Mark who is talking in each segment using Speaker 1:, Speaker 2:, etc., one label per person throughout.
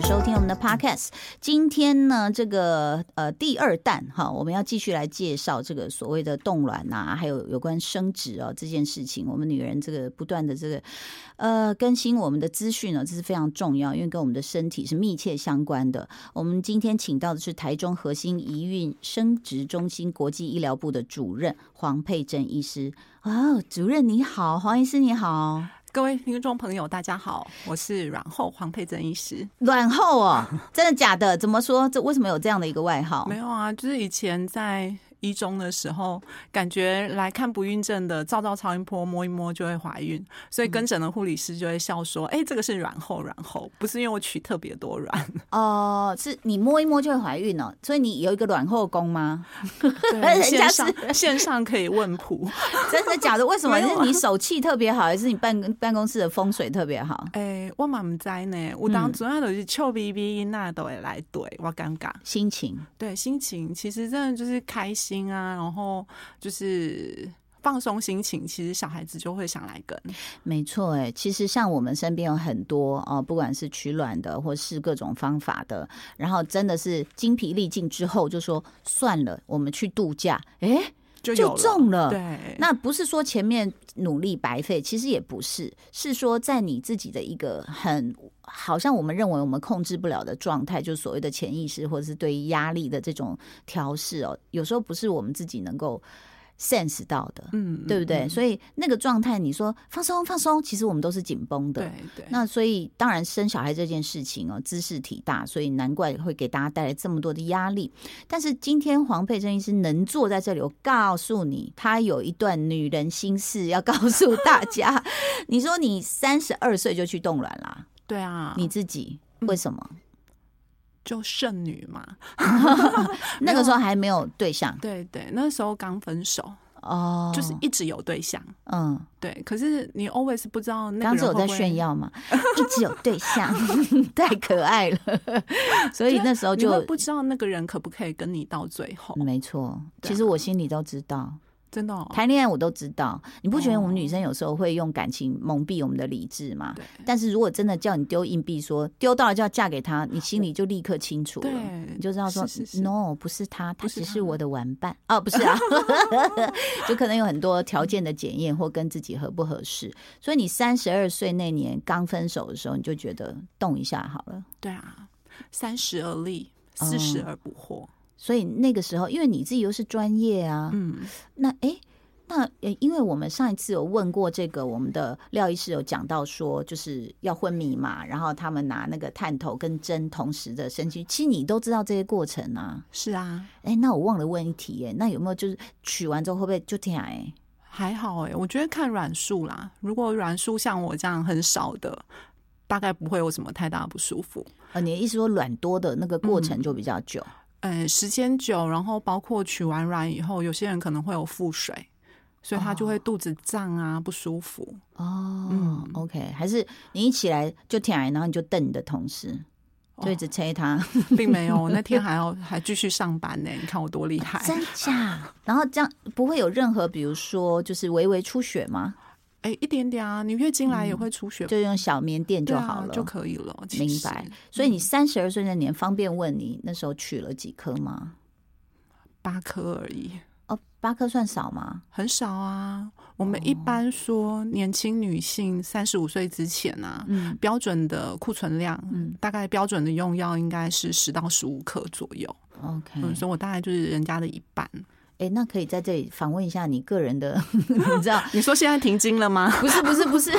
Speaker 1: Podcast。今天呢，这个呃第二弹哈，我们要继续来介绍这个所谓的冻卵呐、还有有关生殖哦这件事情。我们女人这个不断的这个呃更新我们的资讯呢，这是非常重要，因为跟我们的身体是密切相关的。我们今天请到的是台中核心遗孕生殖中心国际医疗部的主任黄佩珍医师。哦，主任你好，黄医师你好。
Speaker 2: 各位听众朋友，大家好，我是阮后黄佩珍医师。
Speaker 1: 卵后哦，真的假的？怎么说？这为什么有这样的一个外号
Speaker 2: 没？有啊，就是以前在一中的时候，感觉来看不孕症的，照照超音波摸一摸就会怀孕，所以跟诊的护理师就会笑说：“
Speaker 1: 嗯
Speaker 2: 哎、这个是卵后，卵后不是因为我取特别多卵。
Speaker 1: 哦，是你摸一摸就会怀孕哦，所以你有一个卵后宫 吗？人
Speaker 2: 对，
Speaker 1: 家
Speaker 2: 线
Speaker 1: 是
Speaker 2: 上线上可以 问谱。
Speaker 1: 真的假的？为什么？
Speaker 2: 没有啊
Speaker 1: 是你手气特别好，还是你办办公室的风水特别好？
Speaker 2: 哎、我嘛唔知呢，我
Speaker 1: 嗯
Speaker 2: 当主要就是臭逼逼那都会来怼，我尴尬。
Speaker 1: 心情
Speaker 2: 对，心情其实真的就是开心啊，然后就是放松心情，其实小孩子就会想来跟。
Speaker 1: 没错哎，其实像我们身边有很多哦，不管是取卵的，或是各种方法的，然后真的是精疲力尽之后，就说算了，我们去度假，哎，
Speaker 2: 就有
Speaker 1: 就
Speaker 2: 了
Speaker 1: 中了。
Speaker 2: 对，嗯
Speaker 1: 那不是说前面努力白费，其实也不是，是说在你自己的一个很好像我们认为我们控制不了的状态，就是所谓的潜意识或者是对于压力的这种调试哦，有时候不是我们自己能够 sense 到的，
Speaker 2: 嗯，
Speaker 1: 对不对？
Speaker 2: 嗯
Speaker 1: 所以那个状态，你说放松放松，其实我们都是紧绷的
Speaker 2: 对。对，
Speaker 1: 那所以当然生小孩这件事情哦，知识体大，所以难怪会给大家带来这么多的压力。但是今天黄佩珍医师能坐在这里，我告诉你，她有一段女人心事要告诉大 家。你说你三十二岁就去冻卵啦，
Speaker 2: 对啊，
Speaker 1: 你自己为什么？
Speaker 2: 就剩女嘛，
Speaker 1: 那
Speaker 2: 啊
Speaker 1: 个时候还没有对象
Speaker 2: 对对，那时候刚分手，
Speaker 1: 哦，
Speaker 2: 就是一直有对象。
Speaker 1: 嗯，
Speaker 2: 对，可是你 always 不知道那
Speaker 1: 刚
Speaker 2: 个
Speaker 1: 才
Speaker 2: 人
Speaker 1: 有
Speaker 2: 会
Speaker 1: 在
Speaker 2: 不会
Speaker 1: 炫，耀嘛，一直有对象， 太可爱了。 所以那时候
Speaker 2: 啊你会
Speaker 1: 就嗯
Speaker 2: 不知道那个人可不可以跟你到最后，
Speaker 1: 没错，
Speaker 2: 对啊
Speaker 1: 其实我心里都知道。
Speaker 2: 真的、哦。
Speaker 1: 谈恋爱我都知道，你不觉得我们
Speaker 2: 哦
Speaker 1: 女生有时候会用感情蒙蔽我们的理智吗？
Speaker 2: 对
Speaker 1: 但是如果真的叫你丢硬币说，丢到了就要嫁给他，你心里就立刻清楚了。
Speaker 2: 对，
Speaker 1: 你就知道说
Speaker 2: 是是是
Speaker 1: n o 不是他，他
Speaker 2: 不是
Speaker 1: 只
Speaker 2: 他
Speaker 1: 是我的玩伴啊，不是啊， 就可能有很多条件的检验或跟自己合不合适。所以你三十二岁那年刚分手的时候，你就觉得动一下好了。
Speaker 2: 对啊，三十而立，四
Speaker 1: 嗯
Speaker 2: 十而不惑。
Speaker 1: 所以那个时候，因为你自己又是专业啊，
Speaker 2: 嗯，
Speaker 1: 那诶，那呃，因为我们上一次有问过这个，我们的廖医师有讲到说，就是要昏迷嘛，然后他们拿那个探头跟针同时的伸进去，其实你都知道这些过程啊。
Speaker 2: 是啊，
Speaker 1: 诶，那我忘了问一题耶，那有没有就是取完之后会不会就停？哎，
Speaker 2: 还好哎、我觉得看软数啦。如果软数像我这样很少的，大概不会有什么太大的不舒服。
Speaker 1: 呃，你的意思说卵多的那个过程就比较久，
Speaker 2: 呃，时间久，然后包括取完卵以后，有些人可能会有腹水，所以他就会肚子胀啊，不舒服。
Speaker 1: 哦、
Speaker 2: 嗯
Speaker 1: o k 还是你一起来就停，然后你就瞪你的同事，就一直催他。
Speaker 2: 并没有，我那天还要还继续上班呢、你看我多厉害！
Speaker 1: 真假？ 然后这样不会有任何，比如说就是微微出血吗？
Speaker 2: 哎、一点点啊，你月经来也会出血，
Speaker 1: 就用小棉垫
Speaker 2: 对
Speaker 1: 就嗯
Speaker 2: 啊
Speaker 1: 好了。
Speaker 2: 就可以了。
Speaker 1: 嗯
Speaker 2: 其
Speaker 1: 明
Speaker 2: 实
Speaker 1: 白。所以你三十二岁那年，方便问你那时候取了几颗吗？
Speaker 2: 八颗而已，
Speaker 1: 哦，八颗算少吗？
Speaker 2: 很少啊。我们
Speaker 1: 哦
Speaker 2: 一般说年轻女性三十五岁之前啊，
Speaker 1: 嗯，
Speaker 2: 标准的库存量，
Speaker 1: 嗯
Speaker 2: 大概标准的用药应该是十到十五克左右。
Speaker 1: OK，
Speaker 2: 嗯，所以我大概就是人家的一半。
Speaker 1: 哎、那可以在这里访问一下你个人的， 你知道？
Speaker 2: 你说现在停经了 吗？
Speaker 1: 不是不是不 是，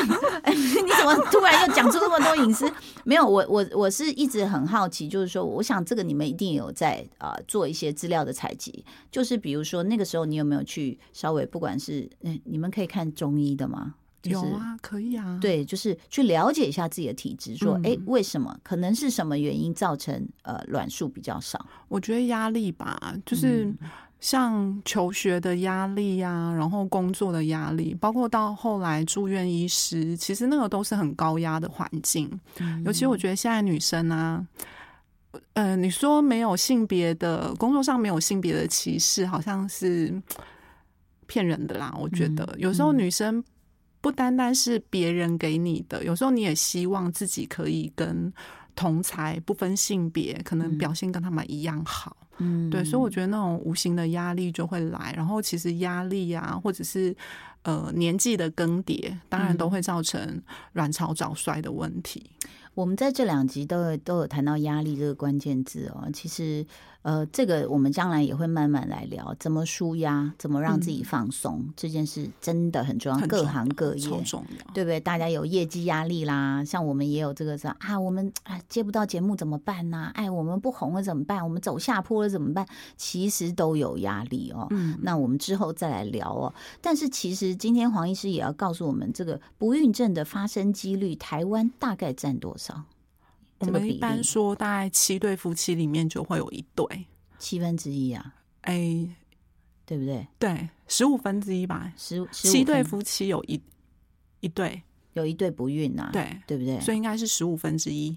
Speaker 1: 哎你怎么突然又讲出这么多隐私？没有，我我我是一直很好奇，就是说，我想这个你们一定有在啊、呃做一些资料的采集，就是比如说那个时候你有没有去稍微不管是嗯、你们可以看中医的吗？就是、
Speaker 2: 有啊，可以啊。，
Speaker 1: 对，就是去了解一下自己的体质，说，
Speaker 2: 嗯
Speaker 1: 哎、为什么？可能是什么原因造成呃卵数比较少？
Speaker 2: 我觉得压力吧，就是像求学的压力呀、然后工作的压力，包括到后来住院医师，其实那个都是很高压的环境。
Speaker 1: 嗯
Speaker 2: 尤其我觉得现在女生啊。呃，你说没有性别的工作上没有性别的歧视，好像是骗人的啦。我觉得、
Speaker 1: 嗯
Speaker 2: 有时候
Speaker 1: 嗯
Speaker 2: 女生不单单是别人给你的，有时候你也希望自己可以跟同才不分性别，可能表现跟他们一样好。
Speaker 1: 嗯，
Speaker 2: 对，所以我觉得那种无形的压力就会来，然后其实压力啊，或者是呃年纪的更迭，当然
Speaker 1: 嗯
Speaker 2: 都会造成卵巢早衰的问题。
Speaker 1: 我们在这两集都有都有谈到压力这个关键字哦。其实，呃，这个我们将来也会慢慢来聊，怎么舒压，怎么让自己放松，这件事真的很重要，
Speaker 2: 嗯很
Speaker 1: 各
Speaker 2: 重
Speaker 1: 行
Speaker 2: 要
Speaker 1: 各业。
Speaker 2: 超重要。
Speaker 1: 对不对？大家有业绩压力啦，像我们也有这个是啊，我们啊接不到节目怎么办呢、哎，我们不红了怎么办？我们走下坡了怎么办？其实都有压力哦。
Speaker 2: 嗯，
Speaker 1: 那我们之后再来聊哦。但是其实今天黄医师也要告诉我们，这个不孕症的发生几率，台湾大概占多少？
Speaker 2: 我
Speaker 1: 这个
Speaker 2: 们
Speaker 1: 比
Speaker 2: 一般
Speaker 1: 例
Speaker 2: 说大概七对夫妻里面就会有一对，
Speaker 1: 七分之一啊，
Speaker 2: 哎、
Speaker 1: 对不对？
Speaker 2: 对，十五分之一吧，
Speaker 1: 十
Speaker 2: 七对
Speaker 1: 对
Speaker 2: 夫妻有一一对，
Speaker 1: 有一对不孕啊，
Speaker 2: 对，
Speaker 1: 对不对？
Speaker 2: 所以应该是十五分 之一。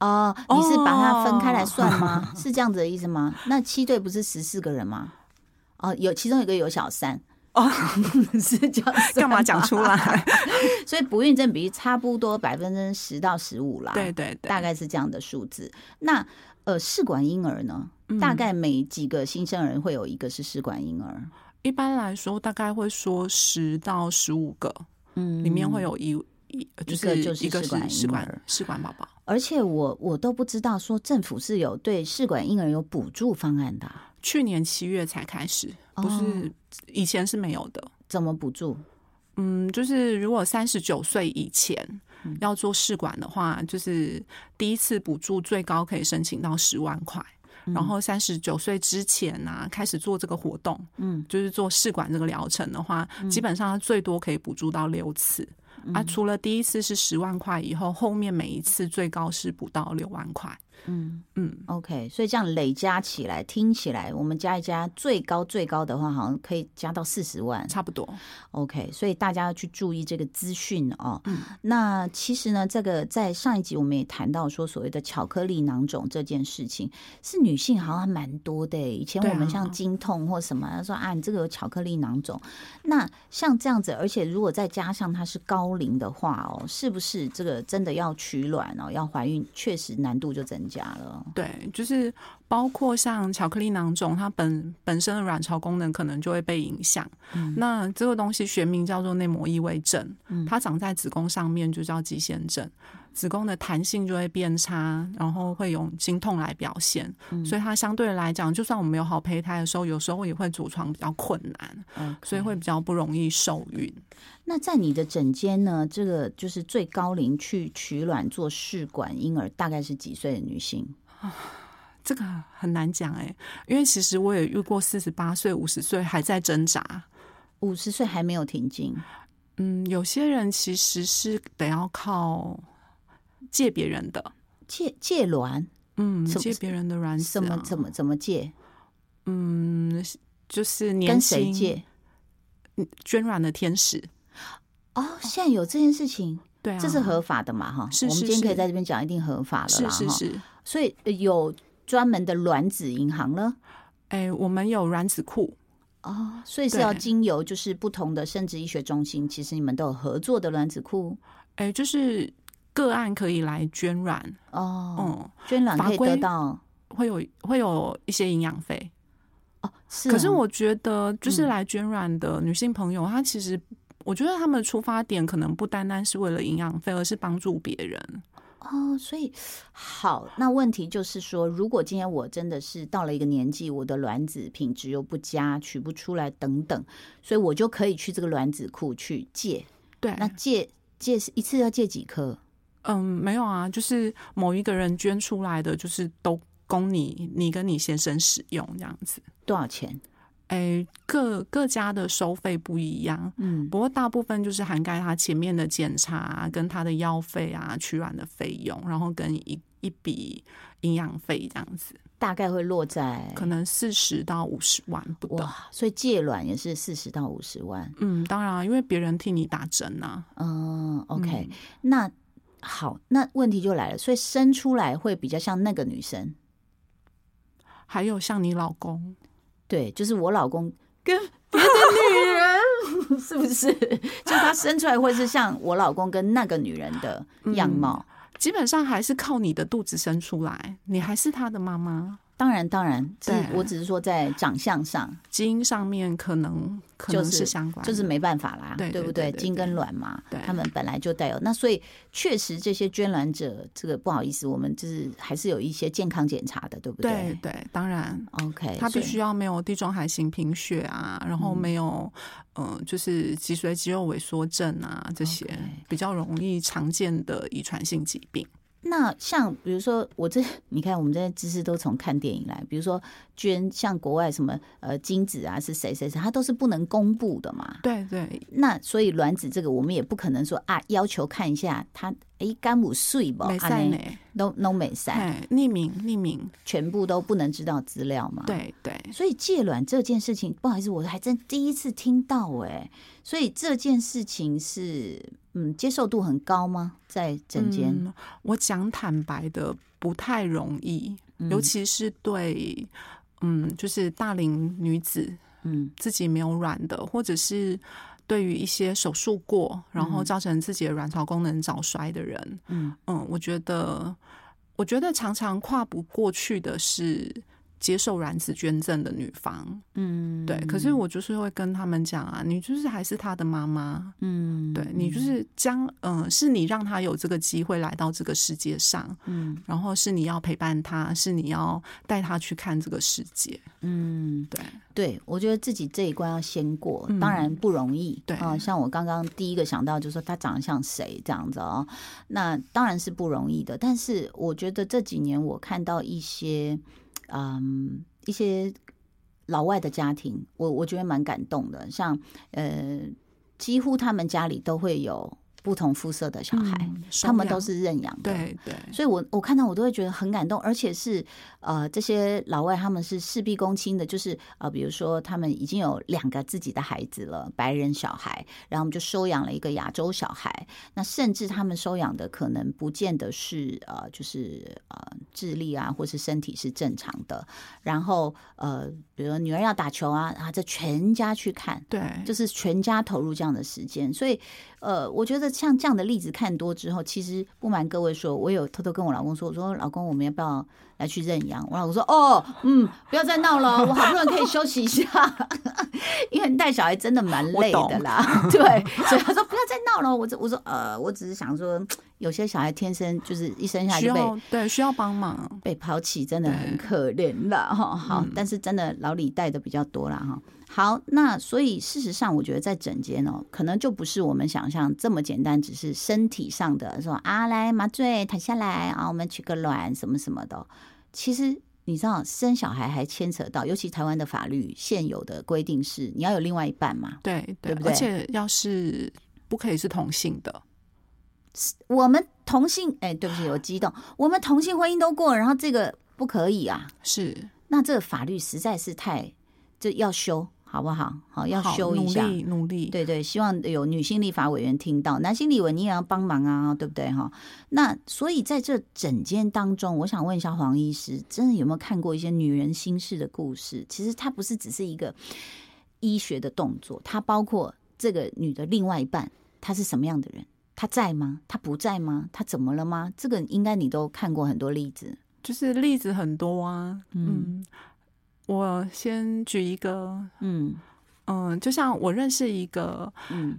Speaker 1: 哦，你是把它分开来
Speaker 2: 哦
Speaker 1: 算吗？是这样子的意思吗？那七对不是十四个人吗？哦，有其中有一个有小三，
Speaker 2: 哦，
Speaker 1: 是这样算
Speaker 2: 干嘛
Speaker 1: 吗
Speaker 2: 讲出？来？
Speaker 1: 所以不孕症比例差不多百分之十到十五啦，
Speaker 2: 对，对对，
Speaker 1: 大概是这样的数字。那呃，试管婴儿呢？
Speaker 2: 嗯
Speaker 1: 大概每几个新生儿会有一个是试管婴儿，
Speaker 2: 一般来说大概会说十到十五个，
Speaker 1: 嗯
Speaker 2: 里面会有一一
Speaker 1: 一
Speaker 2: 就
Speaker 1: 个就是
Speaker 2: 一个
Speaker 1: 试管
Speaker 2: 是试
Speaker 1: 婴
Speaker 2: 管
Speaker 1: 儿
Speaker 2: 试管宝宝。
Speaker 1: 而且我我都不知道说政府是有对试管婴儿有补助方案的啊、
Speaker 2: 去年七月才开始，
Speaker 1: 哦
Speaker 2: 不是以前是没有的。
Speaker 1: 怎么补助？
Speaker 2: 嗯，就是如果三十九岁以前要做试管的话，就是第一次补助最高可以申请到十万块。然后三十九岁之前啊，开始做这个活动，
Speaker 1: 嗯，
Speaker 2: 就是做试管这个疗程的话，基本上它最多可以补助到六次。啊，除了第一次是十万块以后，后面每一次最高是补到六万块。
Speaker 1: 嗯。
Speaker 2: 嗯，
Speaker 1: OK，所以这样累加起来，听起来我们加一加，最高最高的话，好像可以加到四十万。
Speaker 2: 差不多。
Speaker 1: OK，所以大家要去注意这个资讯哦。
Speaker 2: 嗯
Speaker 1: 那其实呢，这个在上一集我们也谈到说，所谓的巧克力囊肿这件事情，是女性好像蛮多的耶。欸以前
Speaker 2: 对
Speaker 1: 我们
Speaker 2: 啊
Speaker 1: 像经痛或什么，他说啊，你这个有巧克力囊肿。那像这样子，而且如果再加上她是高龄的话哦，是不是这个真的要取卵哦，要怀孕，确实难度就增加了。
Speaker 2: 对，就是包括像巧克力囊肿，它本本身的卵巢功能可能就会被影响。那这个东西学名叫做内膜异位症，它长在子宫上面就叫肌腺症。子宫的弹性就会变差，然后会用经痛来表现，所以它相对来讲，就算我们有好胚胎的时候，有时候也会着床比较困难，
Speaker 1: 嗯，
Speaker 2: 所以会比较不容易受孕。
Speaker 1: 那在你的诊间呢，这个就是最高龄去取卵做试管婴儿，大概是几岁的女性？
Speaker 2: 这个很难讲哎、因为其实我也遇过四十八岁、五十岁还在挣扎，
Speaker 1: 五十岁还没有停经，
Speaker 2: 嗯，有些人其实是得要靠借别人的，
Speaker 1: 借借卵，
Speaker 2: 嗯，
Speaker 1: 什么
Speaker 2: 借别人的卵子、
Speaker 1: 什
Speaker 2: 啊，
Speaker 1: 么怎么怎么借？
Speaker 2: 嗯，就是年
Speaker 1: 跟谁
Speaker 2: 薪
Speaker 1: 借？
Speaker 2: 捐卵的天使，
Speaker 1: 哦，现在有这件事情，
Speaker 2: 对啊，
Speaker 1: 这是合法的嘛？哈，
Speaker 2: 是
Speaker 1: 我们
Speaker 2: 是
Speaker 1: 今天可以
Speaker 2: 是
Speaker 1: 在这边讲，一定合法的
Speaker 2: 是
Speaker 1: 啦。
Speaker 2: 是
Speaker 1: 哈，
Speaker 2: 是，
Speaker 1: 所以呃有专门的卵子银行了。
Speaker 2: 哎、我们有卵子库，
Speaker 1: 哦，所以是
Speaker 2: 对
Speaker 1: 要经由就是不同的生殖医学中心，其实你们都有合作的卵子库
Speaker 2: 哎、就是个案可以来捐卵，
Speaker 1: 哦，
Speaker 2: 嗯，
Speaker 1: 捐卵
Speaker 2: 法
Speaker 1: 可以得
Speaker 2: 规
Speaker 1: 到
Speaker 2: 会有会有一些营养费，
Speaker 1: 哦，是啊。
Speaker 2: 可是我觉得，就是
Speaker 1: 嗯
Speaker 2: 来捐卵的女性朋友，她其实，我觉得她们的出发点可能不单单是为了营养费，而是帮助别人。
Speaker 1: 哦，所以好，那问题就是说，如果今天我真的是到了一个年纪，我的卵子品质又不佳，取不出来等等，所以我就可以去这个卵子库去借。
Speaker 2: 对，
Speaker 1: 那借借是一次要借几颗？
Speaker 2: 嗯，没有啊，就是某一个人捐出来的，就是都供你你跟你先生使用这样子。
Speaker 1: 多少钱？
Speaker 2: 哎，各各家的收费不一样，
Speaker 1: 嗯，
Speaker 2: 不过大部分就是涵盖他前面的检查、啊跟他的药费啊、取卵的费用，然后跟一一笔营养费这样子，
Speaker 1: 大概会落在
Speaker 2: 可能四十到五十万不等。
Speaker 1: 哇，所以借卵也是四十到五十万。
Speaker 2: 嗯，当然啊，因为别人替你打针啊。
Speaker 1: 嗯，OK，、那好，那问题就来了，所以生出来会比较像那个女生，
Speaker 2: 还有像你老公，
Speaker 1: 对，就是我老公 跟别的女人，
Speaker 2: 嗯
Speaker 1: 是不是？就是他生出来会是像我老公跟那个女人的样貌，
Speaker 2: 基本上还是靠你的肚子生出来，你还是他的妈妈。
Speaker 1: 当然，当然，只是
Speaker 2: 对
Speaker 1: 我只是说在长相上，
Speaker 2: 基因上面可能可能
Speaker 1: 就是
Speaker 2: 是相关的，
Speaker 1: 就是没办法啦，
Speaker 2: 对对
Speaker 1: 不
Speaker 2: 对对对
Speaker 1: 精跟卵嘛
Speaker 2: 对，
Speaker 1: 他们本来就带有，那所以确实这些捐卵者，这个不好意思，我们就是还是有一些健康检查的，对不
Speaker 2: 对对，当然。
Speaker 1: ？OK，
Speaker 2: 他必
Speaker 1: 所以
Speaker 2: 须要没有地中海型贫血啊，然后没有，嗯、就是脊髓肌肉萎缩症啊，这些
Speaker 1: OK
Speaker 2: 比较容易常见的遗传性疾病。
Speaker 1: 那像比如说我这， 你看我们这些知识都从看电影来，比如说捐像国外什么呃精子啊是谁谁谁，他都是不能公布的嘛。
Speaker 2: 对对
Speaker 1: 那所以卵子这个我们也不可能说啊要求看一下他诶干母睡不，
Speaker 2: 没赛呢，
Speaker 1: 都都没晒，
Speaker 2: 哎，匿名匿名，
Speaker 1: 全部都不能知道资料嘛。。
Speaker 2: 对对，
Speaker 1: 所以借卵这件事情，不好意思，我还真第一次听到哎、所以这件事情是，嗯，接受度很高吗？在整间、
Speaker 2: 嗯我讲坦白的不太容易，
Speaker 1: 嗯
Speaker 2: 尤其是对，嗯，就是大龄女子
Speaker 1: 嗯，
Speaker 2: 自己没有卵的，或者是对于一些手术过，然后造成自己的卵巢功能早衰的人，
Speaker 1: 嗯
Speaker 2: 嗯，我觉得，我觉得常常跨不过去的是接受卵子捐赠的女方，
Speaker 1: 嗯，
Speaker 2: 对。可是我就是会跟他们讲啊，你就是还是她的妈妈，
Speaker 1: 嗯，
Speaker 2: 对你就是将，嗯、是你让她有这个机会来到这个世界上，
Speaker 1: 嗯
Speaker 2: 然后是你要陪伴她，是你要带她去看这个世界，
Speaker 1: 嗯，
Speaker 2: 对，
Speaker 1: 对，我觉得自己这一关要先过，
Speaker 2: 嗯
Speaker 1: 当然不容易。
Speaker 2: 对
Speaker 1: 啊、像我刚刚第一个想到就是说他长得像谁这样子哦，那当然是不容易的。但是我觉得这几年我看到一些，嗯，一些老外的家庭，我我觉得蛮感动的。像呃，几乎他们家里都会有不同肤色的小孩，
Speaker 2: 嗯
Speaker 1: 他们
Speaker 2: 收养
Speaker 1: 都是认养的。
Speaker 2: 对对，
Speaker 1: 所以我我看到我都会觉得很感动，而且是呃这些老外他们是事必躬亲的，就是呃比如说他们已经有两个自己的孩子了，白人小孩，然后我们就收养了一个亚洲小孩，那甚至他们收养的可能不见得是呃就是呃智力啊或是身体是正常的，然后呃比如说女儿要打球啊，啊这全家去看，
Speaker 2: 对，
Speaker 1: 就是全家投入这样的时间，所以呃，我觉得像这样的例子看多之后，其实不瞒各位说，我有偷偷跟我老公说，我说老公，我们要不要来去认养？我老公说哦，嗯，不要再闹了，我好不容易可以休息一下，因为带小孩真的蛮累的啦， 对，所以他说不要再闹了，我这我说呃，我只是想说，有些小孩天生就是一生下来
Speaker 2: 需
Speaker 1: 就被
Speaker 2: 要对需要帮忙，
Speaker 1: 被抛弃真的很可怜啦哈。好，但是真的老李带的比较多啦哈。好，那所以事实上，我觉得在整间哦，可能就不是我们想象这么简单，只是身体上的说啊，来麻醉躺下来啊，我们取个卵什么什么的哦。其实你知道，生小孩还牵扯到，尤其台湾的法律现有的规定是，你要有另外一半嘛。
Speaker 2: 对
Speaker 1: 对
Speaker 2: 对
Speaker 1: 不对
Speaker 2: 而且要是不可以是同性的，
Speaker 1: 我们同性，哎，对不起，我激动，我们同性婚姻都过，然后这个不可以啊。
Speaker 2: 是
Speaker 1: 那这个法律实在是太，这要修好不好？好，要
Speaker 2: 好
Speaker 1: 修一下
Speaker 2: 努。力努力，
Speaker 1: 对对，希望有女性立法委员听到，男性立委你也要帮忙啊，对不对哈？那所以在这整间当中，我想问一下黄医师，真的有没有看过一些女人心事的故事？其实它不是只是一个医学的动作，它包括这个女的另外一半，她是什么样的人？她在吗？她不在吗？她怎么了吗？这个应该你都看过很多例子。
Speaker 2: 就是例子很多啊，
Speaker 1: 嗯
Speaker 2: 嗯。我先举一个，
Speaker 1: 嗯
Speaker 2: 嗯，就像我认识一个，
Speaker 1: 嗯，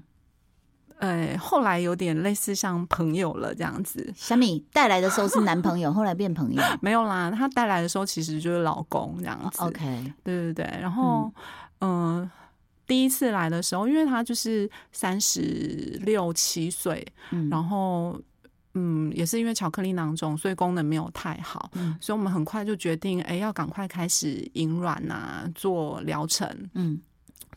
Speaker 2: 呃，后来有点类似像朋友了这样子，
Speaker 1: 小米带来的时候是男朋友，后来变朋 友。
Speaker 2: 没有啦，他带来的时候其实哦就是老公这样子
Speaker 1: 哦 OK，
Speaker 2: 对对对，然后嗯、呃第一次来的时候，因为他就是三十六七岁，
Speaker 1: 嗯，
Speaker 2: 然后嗯，也是因为巧克力囊肿，所以功能没有太好，
Speaker 1: 嗯
Speaker 2: 所以我们很快就决定，哎，要赶快开始引卵啊，做疗程，
Speaker 1: 嗯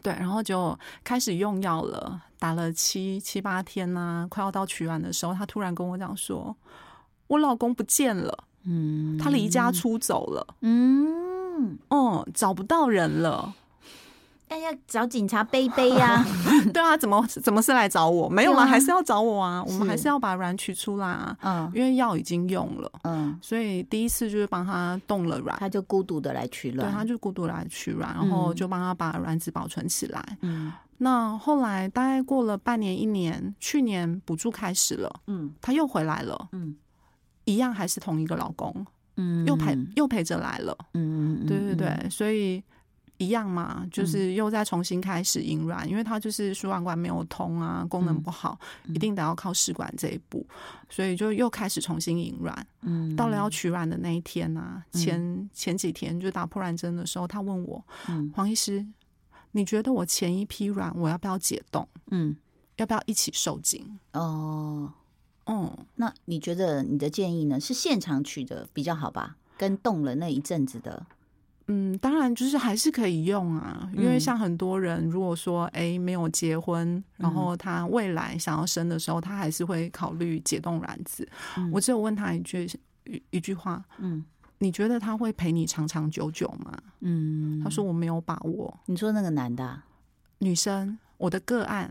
Speaker 2: 对，然后就开始用药了，打了七七八天呐、快要到取卵的时候，他突然跟我讲说，我老公不见了，
Speaker 1: 嗯，
Speaker 2: 他离家出走了，
Speaker 1: 嗯，
Speaker 2: 哦、找不到人了。
Speaker 1: 大家找警察背背呀、
Speaker 2: 对啊，怎么怎么是来找我？没有
Speaker 1: 对啊
Speaker 2: 啦，还是要找我啊。我们
Speaker 1: 是
Speaker 2: 还是要把卵取出来啊，
Speaker 1: 嗯
Speaker 2: 因为药已经用了，
Speaker 1: 嗯，
Speaker 2: 所以第一次就是帮他冻了卵，
Speaker 1: 他就孤独的来取
Speaker 2: 对，
Speaker 1: 卵，
Speaker 2: 他就孤独来取卵，然
Speaker 1: 嗯
Speaker 2: 后就帮他把卵子保存起来。
Speaker 1: 嗯
Speaker 2: 那后来大概过了半年一年，去年补助开始了，
Speaker 1: 嗯
Speaker 2: 他又回来了，
Speaker 1: 嗯，
Speaker 2: 一样还是同一个老公，
Speaker 1: 嗯，
Speaker 2: 又陪又陪着来了，
Speaker 1: 嗯，嗯
Speaker 2: 对对，对，所以一样嘛，就是又再重新开始引卵，因为它就是输卵管没有通啊，功
Speaker 1: 嗯
Speaker 2: 能不好，一定得要靠试管这一步，所以就又开始重新引卵。
Speaker 1: 嗯
Speaker 2: 到了要取卵的那一天啊，前前几天就打破卵针的时候，他问我
Speaker 1: 嗯，
Speaker 2: 黄医师，你觉得我前一批卵我要不要解冻？
Speaker 1: 嗯，
Speaker 2: 要不要一起受精？
Speaker 1: 嗯哦，
Speaker 2: 嗯，
Speaker 1: 那你觉得你的建议呢？是现场取的比较好吧？跟动了那一阵子的，
Speaker 2: 嗯，当然就是还是可以用啊，因为
Speaker 1: 嗯
Speaker 2: 像很多人如果说哎、诶没有结婚，
Speaker 1: 嗯
Speaker 2: 然后他未来想要生的时候，他还是会考虑解冻卵子。
Speaker 1: 嗯
Speaker 2: 我只有问他一句一一句话，
Speaker 1: 嗯
Speaker 2: 你觉得他会陪你长长久久吗？
Speaker 1: 嗯，
Speaker 2: 他说我没有把握。
Speaker 1: 你说那个男的啊、
Speaker 2: 女生，我的个案，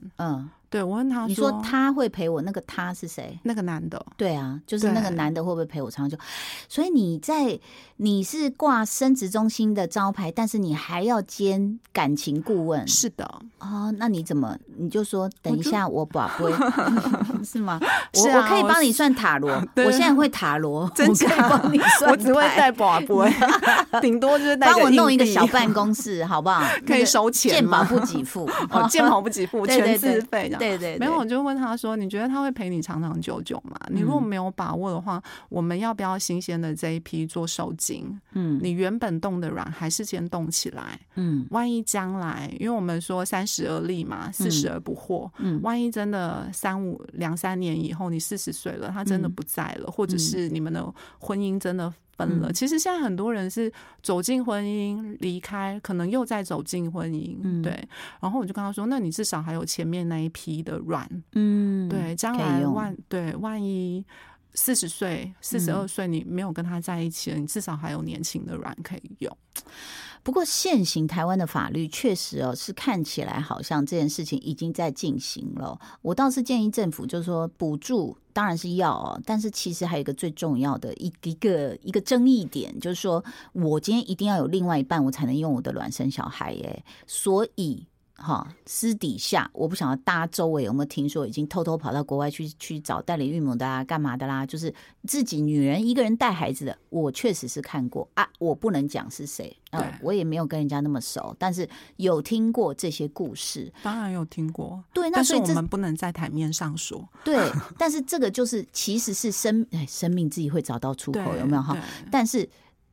Speaker 2: 对我问他
Speaker 1: 嗯，你说他会陪我，那个他是谁？
Speaker 2: 那个男的，
Speaker 1: 对啊，就是那个
Speaker 2: 对
Speaker 1: 男的会不会陪我长久？所以你在你是挂生殖中心的招牌，但是你还要兼感情顾问
Speaker 2: 是的，
Speaker 1: 哦？那你怎么你就说等一
Speaker 2: 就
Speaker 1: 下我 把会是吗？我
Speaker 2: 是啊
Speaker 1: 我可以
Speaker 2: 我
Speaker 1: 帮你算塔罗，
Speaker 2: 对 啊
Speaker 1: 我现在会塔罗，
Speaker 2: 真
Speaker 1: 我可以
Speaker 2: 假
Speaker 1: 帮你算牌，
Speaker 2: 我只会带宝贝， 顶多就是带
Speaker 1: 帮我弄一个
Speaker 2: 硬币
Speaker 1: 小，办公室， 好不好？
Speaker 2: 可
Speaker 1: 那
Speaker 2: 以
Speaker 1: 个
Speaker 2: 收钱
Speaker 1: 鉴宝
Speaker 2: 吗，
Speaker 1: 不给付
Speaker 2: 哦，健保不给付，
Speaker 1: 对对
Speaker 2: 全
Speaker 1: 对
Speaker 2: 自费的。
Speaker 1: 对对对，
Speaker 2: 没有，我就问他说：“你觉得他会陪你长长久久吗？你如果
Speaker 1: 嗯
Speaker 2: 没有把握的话，我们要不要新鲜的这一批做受精？
Speaker 1: 嗯，
Speaker 2: 你原本冻的卵还是先冻起来？
Speaker 1: 嗯
Speaker 2: 万一将来，因为我们说三十而立嘛，四十而不惑，
Speaker 1: 嗯
Speaker 2: 万一真的三五两三年以后，你四十岁了，他真的
Speaker 1: 嗯
Speaker 2: 不在了，或者是你们的婚姻真的分
Speaker 1: 嗯
Speaker 2: 了。其实现在很多人是走进婚姻，离开，可能又再走进婚姻，
Speaker 1: 嗯
Speaker 2: 对。然后我就跟他说，那你至少还有前面那一批的卵，
Speaker 1: 嗯，
Speaker 2: 对，将
Speaker 1: 可以
Speaker 2: 来
Speaker 1: 用
Speaker 2: 万对万一。四十岁、四十二岁，你没有跟他在一起了，你至少还有年轻的卵可以用。
Speaker 1: 不过，现行台湾的法律确实哦，是看起来好像这件事情已经在进行了。哦我倒是建议政府，就是说补助当然是要哦，但是其实还有一个最重要的一一个一个争议点，就是说我今天一定要有另外一半，我才能用我的卵生小孩耶。所以。哈，私底下我不晓得大家周围有没有听说，已经偷偷跑到国外去去找代理孕母的啦、啊干嘛的啦？就是自己女人一个人带孩子的，我确实是看过啊，我不能讲是谁，
Speaker 2: 对
Speaker 1: 呃，我也没有跟人家那么熟，但是有听过这些故事。
Speaker 2: 当然有听过，
Speaker 1: 对，那
Speaker 2: 但是
Speaker 1: 所以
Speaker 2: 我
Speaker 1: 这
Speaker 2: 们不能在台面上说，
Speaker 1: 对，但是这个就是其实是生哎生命自己会找到出口
Speaker 2: 对，，
Speaker 1: 有没有哈
Speaker 2: 对？？
Speaker 1: 但是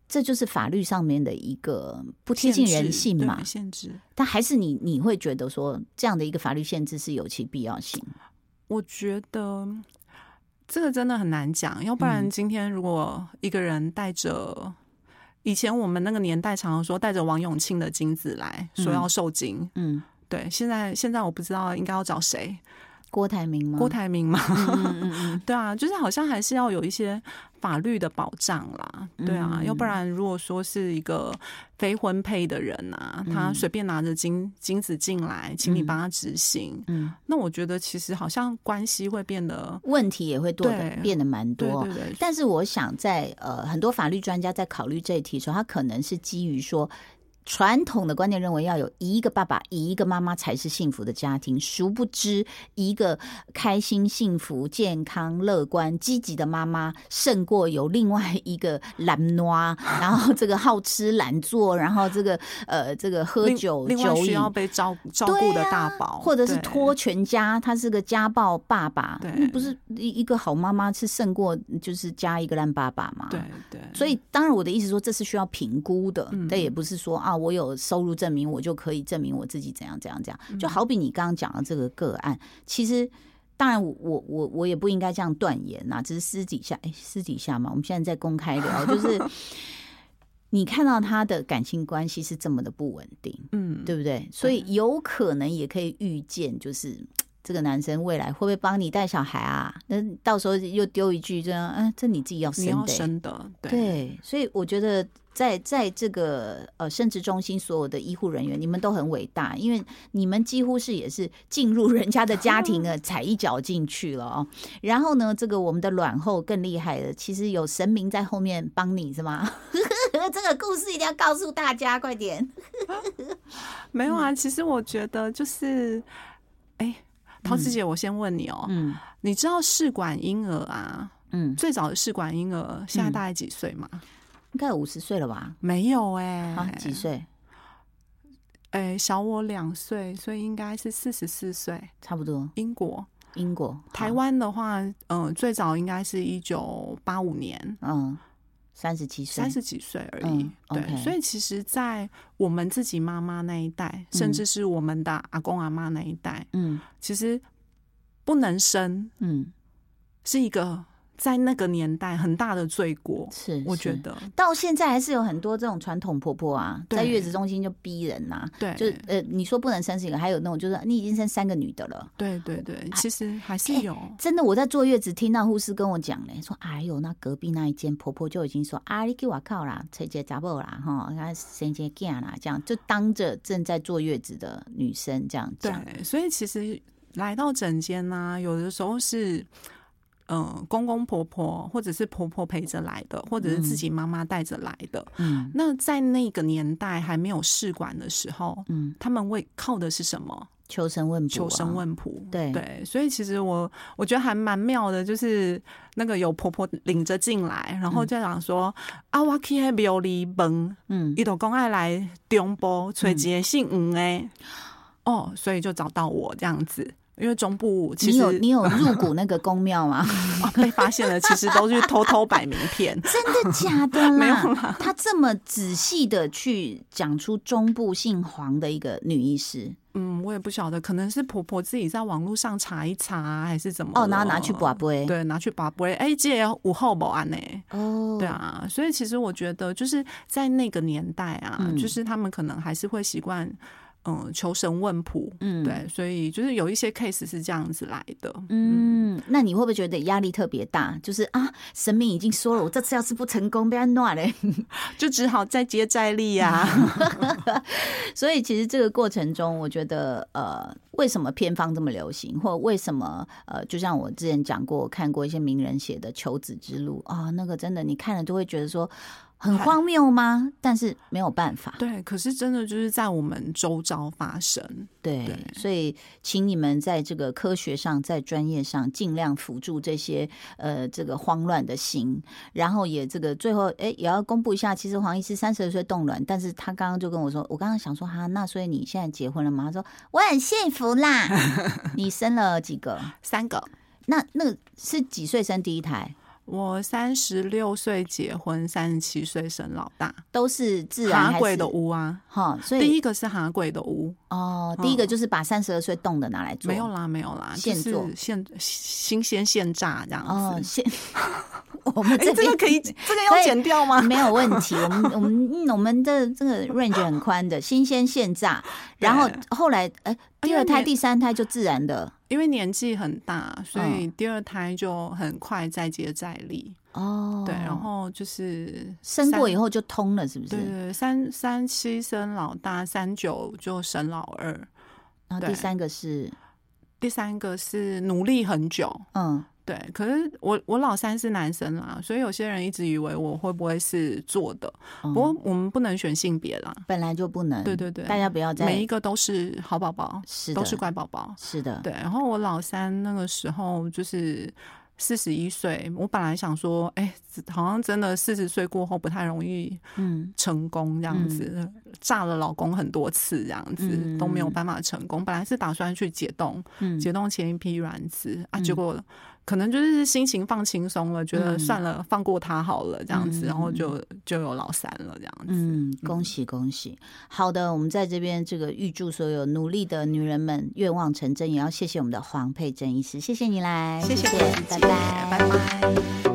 Speaker 1: 这就是法律上面的一个不贴近
Speaker 2: 限
Speaker 1: 人
Speaker 2: 制
Speaker 1: 性
Speaker 2: 对
Speaker 1: 嘛。
Speaker 2: 限制。
Speaker 1: 但还是你你会觉得说这样的一个法律限制是有其必要性。
Speaker 2: 我觉得这个真的很难讲，要不然
Speaker 1: 嗯
Speaker 2: 今天如果一个人带着。以前我们那个年代常常说带着王永庆的精子来说
Speaker 1: 嗯
Speaker 2: 要受精，
Speaker 1: 嗯，
Speaker 2: 对，现在现在我不知道应该要找谁，
Speaker 1: 郭台铭吗？
Speaker 2: 郭台铭吗？
Speaker 1: 嗯嗯嗯
Speaker 2: 对啊，就是好像还是要有一些法律的保障啦，对啊，
Speaker 1: 嗯
Speaker 2: 要不然如果说是一个非婚配的人啊，他
Speaker 1: 嗯
Speaker 2: 随便拿着精精子进来，请你
Speaker 1: 嗯
Speaker 2: 帮他执行，
Speaker 1: 嗯，
Speaker 2: 那我觉得其实好像关系会变得
Speaker 1: 问题也会多的
Speaker 2: 对
Speaker 1: 变得蛮
Speaker 2: 对
Speaker 1: 多。
Speaker 2: 对对，
Speaker 1: 但是我想在，呃很多法律专家在考虑这一题的时候，他可能是基于说传统的观念认为要有一个爸爸、一个妈妈才是幸福的家庭，殊不知一个开心、幸福、健康、乐观、积极的妈妈，胜过有另外 一个懒惰，啊然后这个好吃懒做，然后这个呃这个喝
Speaker 2: 另
Speaker 1: 酒
Speaker 2: 另外
Speaker 1: 酒
Speaker 2: 需
Speaker 1: 瘾
Speaker 2: 要被照照顾的大
Speaker 1: 啊
Speaker 2: 宝，
Speaker 1: 或者是
Speaker 2: 对
Speaker 1: 拖全家，他是个家暴爸爸，
Speaker 2: 对
Speaker 1: 那不是一一个好妈妈是胜过就是加一个烂爸爸嘛？
Speaker 2: 对。对，
Speaker 1: 所以，当然，我的意思说，这是需要评估的，
Speaker 2: 嗯
Speaker 1: 但也不是说啊，我有收入证明，我就可以证明我自己怎样怎样怎
Speaker 2: 嗯
Speaker 1: 样。就好比你刚刚讲的这个个案，其实，当然我，我我我也不应该这样断言呐、只是私底下，哎、私底下嘛，我们现在在公开聊，就是 你看到他的感情关系是这么的不稳定，
Speaker 2: 嗯，
Speaker 1: 对不对？所以有可能也可以预见，就是嘖这个男生未来会不会帮你带小孩啊？那到时候又丢一句这样，嗯、这你自己要生
Speaker 2: 你
Speaker 1: 的、
Speaker 2: 要生的，对
Speaker 1: 对，所以我觉得在在这个呃生殖中心所有的医护人员，你们都很伟大，因为你们几乎是也是进入人家的家庭了，踩一脚进去了哦。然后呢，这个我们的卵后更厉害了，其实有神明在后面帮你是吗？ 这个故事一定要告诉大家，快点。
Speaker 2: 没有
Speaker 1: 嗯
Speaker 2: 啊。其实我觉得就是，哎，桃子姐，我先问你哦，
Speaker 1: 嗯。
Speaker 2: 你知道试管婴儿啊，
Speaker 1: 嗯，
Speaker 2: 最早的试管婴儿现在大概几岁嘛？
Speaker 1: 应该有五十岁了吧？
Speaker 2: 嗯没有哎、
Speaker 1: 啊，几岁？
Speaker 2: 哎、小我两岁，所以应该是四十四岁。
Speaker 1: 差不多。
Speaker 2: 英国、
Speaker 1: 英国、
Speaker 2: 台
Speaker 1: 好，
Speaker 2: 湾的话，嗯、最早应该是一九八五年，
Speaker 1: 嗯，三十七岁，
Speaker 2: 三十几岁而已。
Speaker 1: 嗯
Speaker 2: 对
Speaker 1: OK
Speaker 2: 所以其实，在我们自己妈妈那一代，甚至是我们的阿公阿妈那一代，
Speaker 1: 嗯
Speaker 2: 其实不能生
Speaker 1: 嗯，
Speaker 2: 是一个在那个年代很大的罪过。
Speaker 1: 是，
Speaker 2: 我
Speaker 1: 是
Speaker 2: 觉得，
Speaker 1: 到现在还是有很多这种传统婆婆啊，在
Speaker 2: 对哎
Speaker 1: 月子中心就逼人呐、
Speaker 2: 对，
Speaker 1: 就是呃，你说不能生几个，还有那种就是啊你已经生三个女的了。
Speaker 2: 对对对，其实还是
Speaker 1: 哎
Speaker 2: 有。
Speaker 1: 真的，我在坐月子听到护士跟我讲嘞，说哎呦，那隔壁那一间婆婆就已经说啊，你给我靠啦，找一个杂某啦，哈，然后生一个囝啦，这样就当着正在坐月子的女生这样讲，
Speaker 2: 对，所以其实来到诊间呢、有的时候是，嗯、公公婆婆或者是婆婆陪着来的，或者是自己妈妈带着来的。
Speaker 1: 嗯
Speaker 2: 那在那个年代还没有试管的时候，
Speaker 1: 嗯，
Speaker 2: 他们会靠的是什么？
Speaker 1: 求神问卜、啊，
Speaker 2: 求生，问卜。
Speaker 1: 对
Speaker 2: 对，所以其实我我觉得还蛮妙的，就是那个有婆婆领着进来，然后就讲说、啊，我去那庙里问。
Speaker 1: 嗯，
Speaker 2: 伊就讲爱来中部找一个姓黄诶，哦，所以就找到我这样子。因为中部其
Speaker 1: 你
Speaker 2: 实
Speaker 1: 有你有入股那个宫庙 吗？。
Speaker 2: 啊 被发现了，其实都是偷偷摆名片
Speaker 1: 真的假的啦？
Speaker 2: 没有
Speaker 1: 他这么仔细的去讲出中部姓黄的一个女医师，
Speaker 2: 嗯，我也不晓得，可能是婆婆自己在网络上查一查啊，还是怎么了？
Speaker 1: 哦，然后拿去拔杯，
Speaker 2: 对，拿去拔杯。哎，这个五号保安呢？
Speaker 1: 哦，
Speaker 2: 对，啊，所以其实我觉得就是在那个年代啊，
Speaker 1: 嗯
Speaker 2: 就是他们可能还是会习惯嗯求神问卜。
Speaker 1: 嗯，
Speaker 2: 对，所以就是有一些 case 是这样子来的。
Speaker 1: 嗯，那你会不会觉得压力特别大？就是啊，神明已经说了，我这次要是不成功，被他弄嘞。
Speaker 2: 就只好再接再厉啊呀、
Speaker 1: 所以其实这个过程中，我觉得呃，为什么偏方这么流行，或为什么呃，就像我之前讲过，我看过一些名人写的《求子之路》啊、那个真的你看了就会觉得说很荒谬吗？但是没有办法，
Speaker 2: 对，可是真的就是在我们周遭发生。
Speaker 1: 对，
Speaker 2: 对
Speaker 1: 所以请你们在这个科学上、在专业上尽量辅助这些呃这个慌乱的心，然后也这个最后哎也要公布一下，其实黄医师三十岁冻卵，但是他刚刚就跟我说，我刚刚想说哈，那所以你现在结婚了吗？他说我很幸福 啦，你生了几个？
Speaker 2: 三个，
Speaker 1: 那那个是几岁生第一胎？
Speaker 2: 我三十六岁结婚，三十七岁生老大，
Speaker 1: 都是自然
Speaker 2: 哈
Speaker 1: 还
Speaker 2: 鬼
Speaker 1: 是
Speaker 2: 的屋啊。
Speaker 1: 哈？所
Speaker 2: 第
Speaker 1: 以
Speaker 2: 一个是哈鬼的屋，
Speaker 1: 哦，第一个就是把三十二岁冻的拿来做，
Speaker 2: 没有啦，没有啦，就
Speaker 1: 现做
Speaker 2: 是现新鲜现榨这样
Speaker 1: 哦，
Speaker 2: 子。
Speaker 1: 现 我们
Speaker 2: 哎、
Speaker 1: 这
Speaker 2: 这
Speaker 1: 边
Speaker 2: 个可以，这个
Speaker 1: 可
Speaker 2: 要
Speaker 1: 以
Speaker 2: 剪掉吗？
Speaker 1: 没有问题，我们我们嗯我们的这个 range 很宽的，新鲜现榨，然后后来哎、第二
Speaker 2: 哎呀
Speaker 1: 胎、
Speaker 2: 你
Speaker 1: 第三胎就自然的
Speaker 2: 因为年纪很大，所以第二胎就很快再接再厉。
Speaker 1: 哦，
Speaker 2: 对，然后就是
Speaker 1: 生过
Speaker 2: 三
Speaker 1: 以后就通了，是不是？
Speaker 2: 对对，三三七生老大，三九就生老二。
Speaker 1: 然后第
Speaker 2: 对
Speaker 1: 三个是
Speaker 2: 第三个是努力很久，
Speaker 1: 嗯
Speaker 2: 对。可是我我老三是男生啦，所以有些人一直以为我会不会是做的，
Speaker 1: 嗯
Speaker 2: 不过我们不能选性别啦，
Speaker 1: 本来就不能，
Speaker 2: 对对对
Speaker 1: 大家不要再
Speaker 2: 每一个都是好宝宝，
Speaker 1: 是的，
Speaker 2: 都是乖宝宝。
Speaker 1: 是的，
Speaker 2: 对，然后我老三那个时候就是。四十一岁，我本来想说，哎、好像真的四十岁过后不太容易
Speaker 1: 嗯
Speaker 2: 成功这样子，炸了老公很多次这样子、
Speaker 1: 嗯
Speaker 2: 都没有办法成功。本来是打算去解冻，
Speaker 1: 嗯
Speaker 2: 解冻前一批卵子啊，
Speaker 1: 嗯
Speaker 2: 结果可能就是心情放轻松了，觉得
Speaker 1: 嗯
Speaker 2: 算了，放过他好了这样子，
Speaker 1: 嗯
Speaker 2: 然后就就有老三了这样子。
Speaker 1: 嗯，恭喜恭喜！好的，我们在这边这个预祝所有努力的女人们愿望成真，也要谢谢我们的黄佩珍医师，谢谢你来，
Speaker 2: 谢谢
Speaker 1: 谢
Speaker 2: 佩珍姐
Speaker 1: 拜
Speaker 2: 拜拜。